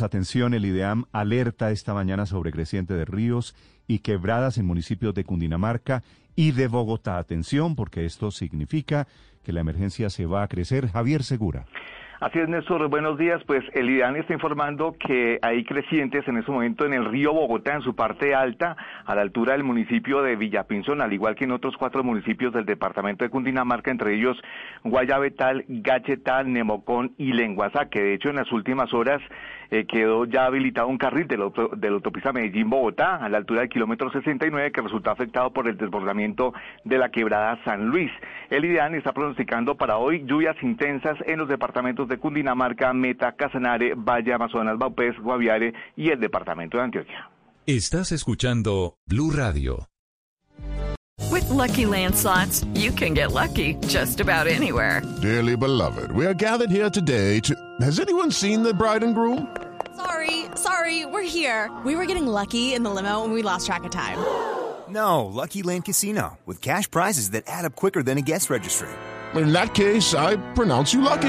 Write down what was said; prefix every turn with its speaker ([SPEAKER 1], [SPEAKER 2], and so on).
[SPEAKER 1] Atención, el IDEAM alerta esta mañana sobre creciente de ríos y quebradas en municipios de Cundinamarca y de Bogotá. Atención, porque esto significa que la emergencia se va a crecer. Javier Segura.
[SPEAKER 2] Así es, Néstor, buenos días. Pues el IDAN está informando que hay crecientes en este momento en el río Bogotá, en su parte alta, a la altura del municipio de Villapinzón, al igual que en otros cuatro municipios del departamento de Cundinamarca, entre ellos Guayabetal, Gachetal, Nemocón y Lenguazaque. De hecho, en las últimas horas eh, quedó ya habilitado un carril de la, auto, de la autopista Medellín-Bogotá, a la altura del kilómetro 69, que resultó afectado por el desbordamiento de la quebrada San Luis. El IDAN está pronosticando para hoy lluvias intensas en los departamentos de Cundinamarca, Meta, Casanare, Valle, Amazonas, Baupés, Guaviare y el departamento de Antioquia.
[SPEAKER 3] Estás escuchando Blue Radio.
[SPEAKER 4] With lucky landslots, you can get lucky just about anywhere.
[SPEAKER 5] Dearly beloved, we are gathered here today to. Has anyone seen the bride and groom?
[SPEAKER 6] Sorry, sorry, we're here. We were getting lucky in the limo and we lost track of time.
[SPEAKER 7] No, Lucky Land Casino, with cash prizes that add up quicker than a guest registry.
[SPEAKER 5] In that case, I pronounce you lucky.